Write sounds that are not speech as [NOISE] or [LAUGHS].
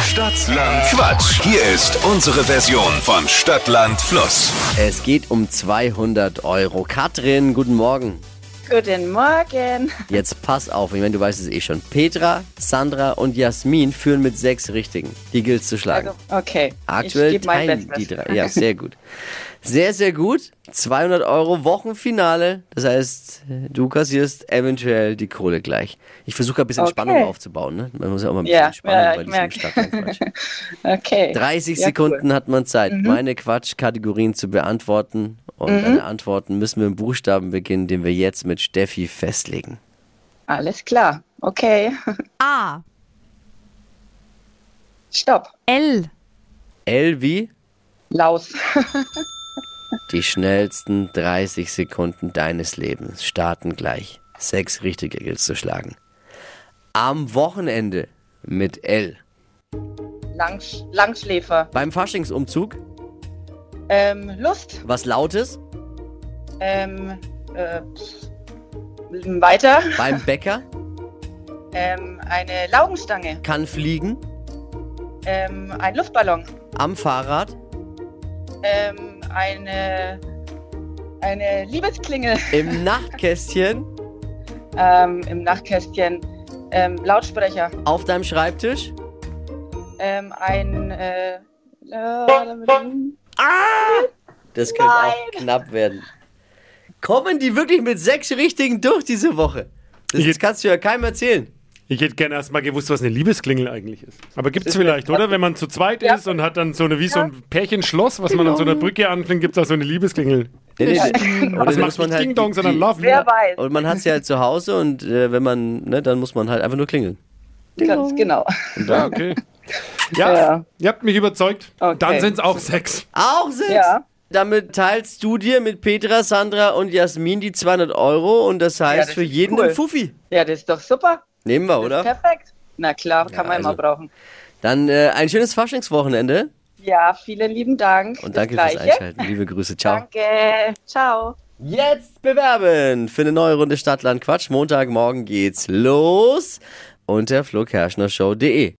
Stadtland Quatsch. Hier ist unsere Version von Stadtland Fluss. Es geht um 200 Euro. Katrin, guten Morgen. Guten Morgen. Jetzt pass auf, ich meine, du weißt es eh schon. Petra, Sandra und Jasmin führen mit sechs Richtigen. Die gilt zu schlagen. Also, okay. Aktuell ich geb mein teilen Bestes. die drei. Ja, sehr gut. Sehr, sehr gut. 200 Euro Wochenfinale. Das heißt, du kassierst eventuell die Kohle gleich. Ich versuche ein bisschen Okay. Spannung aufzubauen. Ne? Man muss ja auch mal ein bisschen Ja, Spannung ja, bei ich diesem merk. Stadtlandquatsch. Okay. 30 Ja, Sekunden hat man Zeit, meine Quatschkategorien zu beantworten. Und deine Antworten müssen wir im Buchstaben beginnen, den wir jetzt mit Steffi festlegen. Alles klar. Okay. [LAUGHS] A. Stopp. L. Elvi, Laus. [LAUGHS] die schnellsten 30 Sekunden deines Lebens starten gleich. Sechs richtige gilt zu schlagen. Am Wochenende mit L. Langsch Langschläfer. Beim Faschingsumzug, Ähm, Lust. was Lautes. Ähm, äh, pff. weiter. Beim Bäcker, Ähm, eine Laugenstange. kann fliegen. Ähm, ein Luftballon. Am Fahrrad, Ähm, eine, eine Liebesklinge. im Nachtkästchen, Ähm, Im Nachtkästchen. Ähm, Lautsprecher. auf deinem Schreibtisch. Ähm, ein. Äh, äh, Das könnte auch knapp werden. Kommen die wirklich mit sechs Richtigen durch diese Woche? Das, das kannst du ja keinem erzählen. Ich hätte gerne erstmal gewusst, was eine Liebesklingel eigentlich ist. Aber gibt's vielleicht, oder? Wenn man zu zweit ist und hat dann so eine, wie so ein Pärchenschloss, was man an so einer Brücke anklingt, gibt's da so eine Liebesklingel. Nee, nee, [LAUGHS] nee. Oder Das macht muss man nicht halt Ding Dong, die- sondern die- Love. Wer weiß. Und man hat sie halt zu Hause und äh, wenn man, ne, dann muss man halt einfach nur klingeln. Ganz genau. Ja, okay. Ja, Ja. ihr habt mich überzeugt. Okay. Dann sind's auch sechs. Auch sechs! Ja. Damit teilst du dir mit Petra, Sandra und Jasmin die 200 Euro und das heißt das für ist jeden cool. einen Fuffi. Ja, das ist doch super. Nehmen wir, Das oder? ist perfekt. Na klar, kann man immer also- brauchen. Dann äh, ein schönes Faschingswochenende Ja, vielen lieben Dank. und Das danke fürs Gleiche. Einschalten. Liebe Grüße, ciao. Danke. Ciao. Jetzt bewerben für eine neue Runde Stadtland Quatsch. Montagmorgen geht's los unter flokerschnershow.de.